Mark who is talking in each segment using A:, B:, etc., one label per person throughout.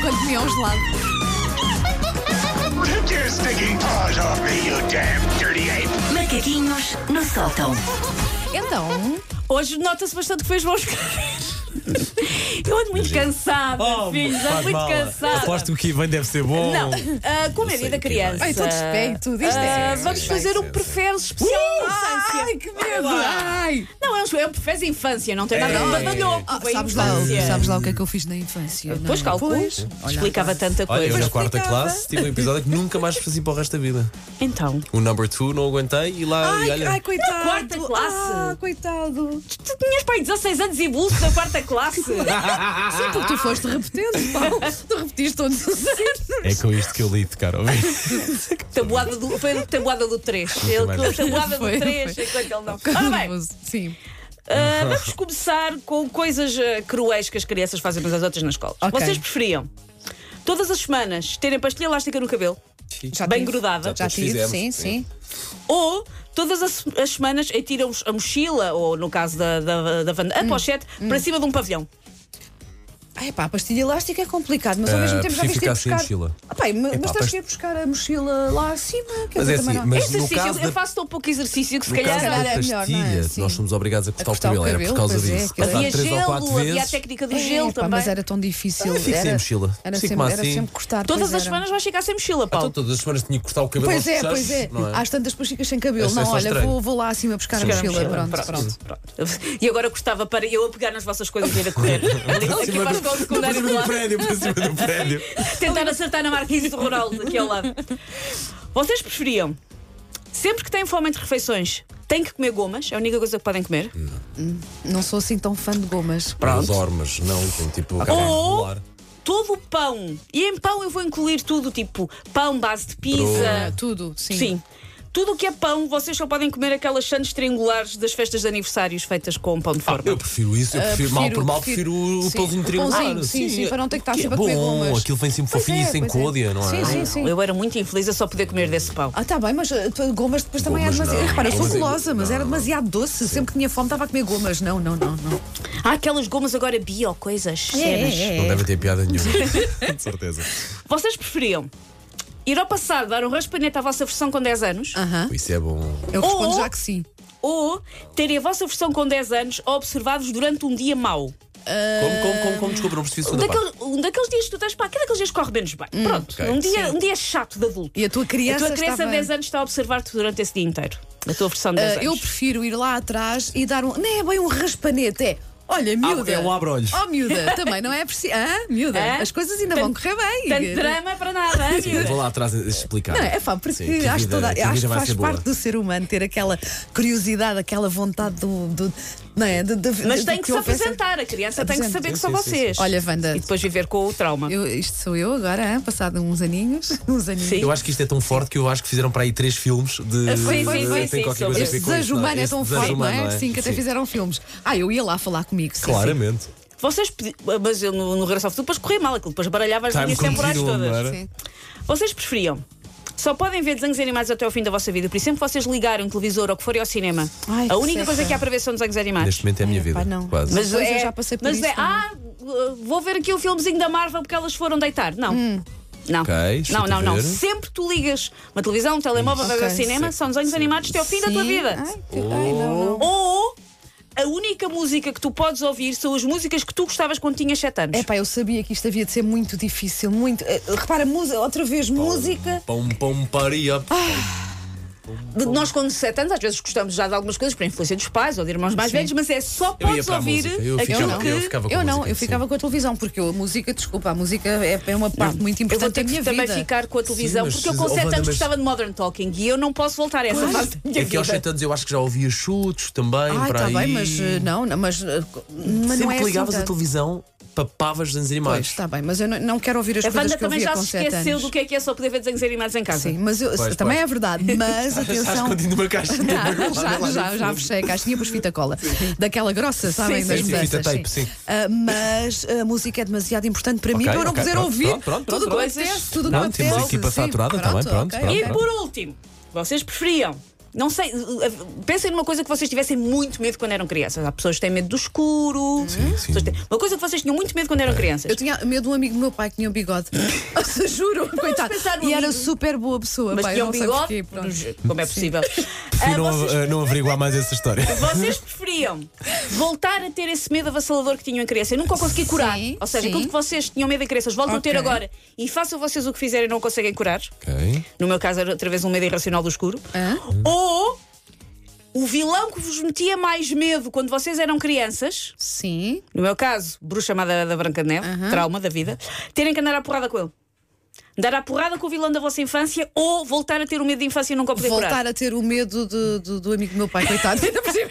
A: quando comiam um gelado.
B: Take your stinking paws off me, you damn dirty ape!
C: Macaquinhos no sótão.
A: Então, hoje nota-se bastante que foi João Escares. Eu ando muito cansada, filhos, ando muito cansada.
D: Oh, Aposto que vem deve ser bom.
A: Não, ah, com a minha vida criança.
E: Ai, todo despeito, diz
A: ah,
E: é.
A: vamos fazer um
D: Uh!
A: prefere especial de infância.
E: Ai, que medo! Ai!
A: Não, é um, é um prefere infância, não
D: É.
A: tem nada de badalhoco.
E: Ah,
A: foi
E: sabes, lá,
A: infância.
E: sabes lá o que é que eu fiz na infância? não
A: Pois
E: é?
A: calculo.
E: Pois. Olha,
A: Explicava
E: agora.
A: tanta
D: Olha,
A: coisa.
D: eu na quarta
E: explicava.
D: classe tive um episódio que nunca mais fazi para o resto da vida.
A: Então,
D: O number two não aguentei e lá. e
E: Ai,
D: olha,
E: ai, coitado!
A: quarta classe.
E: Ah, coitado!
A: tu, tu tinhas pai 16 anos e bolso da quarta classe.
E: Sim, porque tu foste repetendo, Paulo. Tu repetiste todos os anos.
D: É com isto que eu lido, cara.
A: tabuada do, foi a tabuada do 3.
D: Nunca mais
A: Ele, a tabuada
E: Foi,
A: do 3,
E: foi.
A: enquanto ele não. Ora bem,
E: Sim.
A: ah, vamos começar com coisas ah, cruéis que as crianças fazem umas às outras nas escolas.
E: Ok.
A: Vocês preferiam todas as semanas terem pastilha elástica no cabelo,
E: Já
A: bem
E: tive.
A: grudada,
E: Já
D: Todos
E: tive,
D: fizemos,
E: sim, sim.
A: ou todas as, as semanas atiram a mochila, ou no caso da, da, da Wanda, a pochete, para cima de um pavilhão?
E: Ai, pá, a pastilha elástica é complicado, mas ao
D: Ah,
E: mesmo tempo já
D: prefiro
E: viste ir
D: ficar sem
E: buscar.
D: mochila.
E: Ah, pá, mas
D: pá,
E: mas
D: past-
E: tens que ir buscar a mochila lá acima, que
D: Mas é
E: eu
D: assim,
E: também não.
D: mas no
A: Exercício,
D: caso
A: eu
D: da
A: faço tão pouco exercício que se
D: No
A: calhar.
D: caso
E: calhar
D: da
E: é melhor,
D: pastilha,
E: não é? Sim.
D: nós somos obrigados a cortar,
E: cortar o
D: o cabelo. Era
E: cabelo,
D: por causa
E: pois é,
D: disso.
E: aquilo é-
D: Cortar
A: Havia
D: três ou quatro
A: gelo, havia a
D: vezes.
A: técnica do
E: É,
A: gelo
E: pá,
A: também.
E: Mas era tão difícil.
D: Eu fico sem
E: era,
D: mochila.
E: Era
D: Fico
E: sempre,
D: mais
E: era
D: assim.
E: sempre cortar.
A: Todas
E: pois
A: as
E: era.
A: semanas vais ficar sem mochila,
D: Então,
A: Paulo.
D: todas as semanas tinha que cortar o cabelo
E: Pois
D: aos
E: é, pois
D: puxados,
E: é.
D: não
E: Às tantas depois ficas sem cabelo.
D: Essa é
E: Não,
D: só
E: olha,
D: estranho.
E: vou, vou lá acima buscar a
A: Buscar a
E: mochila.
A: mochila,
E: Pronto.
A: pronto, pronto. E agora eu gostava para eu a pegar nas vossas coisas e ir a correr. Ali,
D: Para
A: aqui
D: cima
A: faz
D: do-
A: com o
D: para
A: secundário
D: cima
A: do
D: do
A: lado.
D: prédio, para cima do prédio.
A: Tentar acertar na marquise do Ronaldo aqui ao lado. Vocês preferiam, sempre que têm fome entre refeições, têm que comer gomas, é a única coisa que podem comer.
E: Não sou assim tão fã de gomas.
D: Não adoro, mas não, com tipo. cara,
A: Ou-
D: regular.
A: Todo o pão. E em pão eu vou incluir tudo, tipo pão, base de pizza.
E: Ah, Tudo, sim.
A: Sim. Tudo o que é pão, vocês só podem comer aquelas sandes triangulares das festas de aniversários feitas com pão de forma.
D: Ah,
E: Ah,
D: Eu prefiro isso, eu prefiro, mal por mal, prefiro, o
E: sim,
D: pãozinho
E: o
D: triangular.
E: pãozinho, sim, sim, para não ter que estar
D: Que é
E: sempre a comer
D: bom,
E: gomas.
D: Aquilo vem sempre
E: Pois
D: fofinho e
E: é,
D: sem
E: pois é.
D: códia, não é?
E: Sim, sim,
A: Não,
E: sim.
A: Eu era muito infeliz a só poder comer desse pão.
E: Ah, tá bem, mas eh, tu- gomas depois também
D: Gomas
E: é demasiado.
D: não,
E: Repara, eu sou
D: gomas é-
E: gulosa, mas
D: não,
E: era
D: não.
E: demasiado doce. Sempre que tinha fome estava a comer gomas. Não, não, não, não.
A: Há aquelas gomas agora bio, coisas.
E: É,
A: cenas.
D: Não deve ter piada nenhuma. De certeza.
A: Vocês preferiam ir ao passado dar um raspanete à vossa versão com 10 anos
E: Aham.
D: Isso é bom.
E: Eu respondo
A: Ou-
E: já que sim.
A: ou terem a vossa versão com 10 anos observados durante um dia mau?
D: Como, como, como, como? Desculpa, não percebi a
A: Um,
D: segunda parte.
A: daquele- um daqueles dias que tu tens, pá, que daqueles dias que corre menos bem. Pronto,
D: ok,
A: um, dia, um dia chato de adulto.
E: Hum, E a tua
A: A
E: criança.
A: tua criança de
E: estava-
A: 10 anos está a observar-te durante esse dia inteiro. A tua versão de
E: Ah,
A: 10
E: eu
A: anos.
E: prefiro ir lá atrás e dar um. Nem é bem um raspanete, é. Olha, miúda.
D: é um abre-olhos.
E: Oh, miúda, também não é preciso. Ah, miúda,
A: Hã?
E: as coisas ainda vão
A: É? Tanto-
E: correr bem.
A: Tanto drama para nada, hein,
D: Eu
A: miúda?
D: Vou lá atrás explicar.
E: Não, é pá, porque
D: Sim, que
E: acho,
D: vida-
E: toda,
D: que
E: acho
D: vida
E: que
D: vai
E: faz
D: ser boa.
E: parte do ser humano ter aquela curiosidade, aquela vontade do. do não é? De- de-
A: Mas
E: de-
A: tem
E: de
A: que se
E: houvesse-
A: apresentar, a criança tem que
E: Apresente.
A: saber que
D: Sim,
A: são
D: sim, sim,
A: vocês.
E: é Olha, Wanda,
A: E depois viver com o trauma.
E: eu- isto sou eu agora, hein? passado uns aninhos. Uns aninhos.
A: Sim.
D: Eu acho que isto é tão forte que eu acho que fizeram para aí três filmes de.
A: Ah, foi,
D: de-
A: foi, foi,
D: tem
A: sim,
D: qualquer coisa
A: sim,
D: a
A: sim.
D: ver
E: Este
D: com
E: desejo
D: isto, não
E: humano é
D: Este
E: tão
D: desejo
E: forte, não
D: humano,
E: é? Sim, que até fizeram filmes. Ah, eu ia lá falar comigo. sim, sim.
D: Claramente.
A: Vocês pedi- Mas eu no, no Regresso ao Futuro depois corria mal aquilo, depois baralhava as
D: Time
A: linhas temporais
D: continuum,
A: todas.
D: não é? era?
E: Sim.
A: Vocês preferiam? Só podem ver desenhos animados até ao fim da vossa vida, por isso sempre que vocês ligarem o televisor ou que forem ao cinema,
E: Ai,
A: a
E: que
A: única
E: seca.
A: coisa que há para ver são desenhos animados.
D: Neste momento é a minha
E: Ai,
D: vida.
E: pá, não.
D: Quase.
E: Mas- Pois, eu já passei por
A: mas
E: isso
A: é, ah, uh, vou ver aqui o filmezinho da Marvel porque elas foram deitar. Não.
E: Hum.
A: Não.
D: Ok, deixa
A: não,
D: eu
A: não, não.
D: ver.
A: Sempre tu ligas uma televisão, um telemóvel, vais ao
E: Hum. Ok.
A: cinema, são desenhos animados até ao fim da tua
E: Sim.
A: vida.
E: Ai, que- ai, não, não.
A: Ou a única música que tu podes ouvir são as músicas que tu gostavas quando tinhas 7 anos.
E: É pá, eu sabia que isto havia de ser muito difícil, muito. Eh, repara, música, outra vez, música.
D: Pão, pão, paria.
A: De- Nós, com 7 anos, às vezes gostamos já de algumas coisas por influência dos pais ou de irmãos mais velhos, mas é só
D: Eu ia
A: podes
D: para a
A: ouvir
D: música, eu
A: aquilo
D: ficava-
A: que.
D: eu ficava- com
E: eu não,
D: música,
E: eu ficava com a televisão, porque eu, a música, desculpa, a música é, é uma parte muito
A: Eu vou
E: importante
A: ter
E: da minha
A: que também
E: vida.
A: ficar com a televisão,
D: mas
A: porque eu
D: se-
A: com
D: oh,
A: 7
D: Wanda,
A: anos
D: mas-
A: gostava de Modern Talking e eu não posso voltar a essa fase da minha
D: Aqui aos
A: vida.
D: 7 anos eu acho É que já ouvia chutes também.
E: Ai,
D: para
E: tá bem,
D: aí.
E: mas eh, não, não, mas, eh, mas não
D: Sempre
E: é tá.
D: que ligavas
E: assim,
D: a televisão, papavas desenhos animados.
E: Está bem, mas eu não, não quero ouvir as
A: A
E: coisas
A: banda
E: que eu
A: também
E: via
A: já
E: com
A: se
E: 7
A: esqueceu
E: anos.
A: do que é que é só poder ver desenhos animados em casa.
E: Sim, mas eu,
D: Pois,
E: também
D: pois.
E: é verdade, mas
D: Sabes
E: atenção.
D: quando ainda uma caixa de papel lá
E: já,
D: dentro?
E: já, já fechei a caixinha pus fita cola. Daquela grossa, sabem?
D: sim,
E: das
D: sim,
E: mudanças,
D: fita tape, sim.
E: Ah, mas a música é demasiado importante para mim
D: Ok,
E: para eu não
D: ok,
E: poder
D: pronto,
E: ouvir
D: pronto, pronto,
E: tudo o que
A: pronto.
E: acontece. Tudo o que
D: Não, temos
E: acontece.
D: aqui para
E: Sim,
D: faturada, tá bem, pronto,
E: ok.
D: pronto.
A: E por último, vocês preferiam Não sei, uh, pensem numa coisa que vocês tivessem muito medo quando eram crianças. Há pessoas que têm medo do escuro.
D: sim.
A: pessoas que têm- Uma coisa que vocês tinham muito medo quando eram crianças.
E: Eu tinha medo de um amigo do meu pai que tinha um bigode. Nossa, juro, coitado.
A: pensar num
E: E era
A: amigo.
E: super boa pessoa.
A: Mas
E: pá,
A: tinham
E: eu um não sei
A: bigode,
E: porquê, pronto.
A: como é possível.
F: Fui
A: Ah,
F: não,
A: vocês-
F: eh, não averiguar mais essa história.
A: Vocês preferiam voltar a ter esse medo avassalador que tinham em criança? Eu nunca o consegui curar.
E: Sim,
A: Ou seja,
E: sim.
A: aquilo que vocês tinham medo em crianças, voltam a ter
E: Ok.
A: agora e façam vocês o que fizerem e não o conseguem curar.
F: Ok.
A: No meu caso era outra vez um medo irracional do escuro.
E: Hã?
A: Ou o vilão que vos metia mais medo quando vocês eram crianças,
E: Sim.
A: no meu caso, bruxa amada da Branca de Neve, trauma da vida, terem que andar à porrada com ele. Andar à porrada com o vilão da vossa infância ou voltar a ter o medo de infância e nunca o poder curar.
E: Voltar a ter o medo de- do, do amigo do meu pai, coitado. Ainda por cima.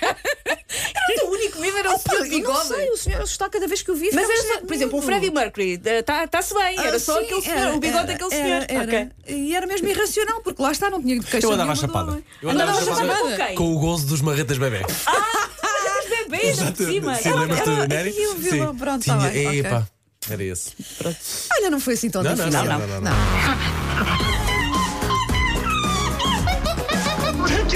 A: O único medo era o
E: Pá, eu não sei, o senhor assustar cada vez que o vi.
A: Mas
E: ficava
A: era só,
E: cheio de
A: por exemplo, o
E: medo.
A: Freddie Mercury, está-se bem, era
E: Ah,
A: só
E: sim,
A: aquele senhor,
E: era,
A: o bigode
E: era,
A: daquele senhor.
E: era, era. E era mesmo irracional, porque lá está, não tinha queixa
F: Eu andava
E: nenhuma
F: à
E: do
F: chapada.
E: homem.
F: Eu
A: Andava
F: andava
A: chapada
E: chapada.
A: com quem?
D: Com o gozo dos marretas bebê.
A: os bebês, por cima.
F: Sim,
A: Era-
F: lembras-te,
E: era-
F: Nery?
E: e o vilão, pronto, tá
F: Tinha,
E: bem,
F: epá, Era esse.
E: Olha, não foi assim tão
F: Não, não,
E: difícil.
F: não, não, não, não.
B: Take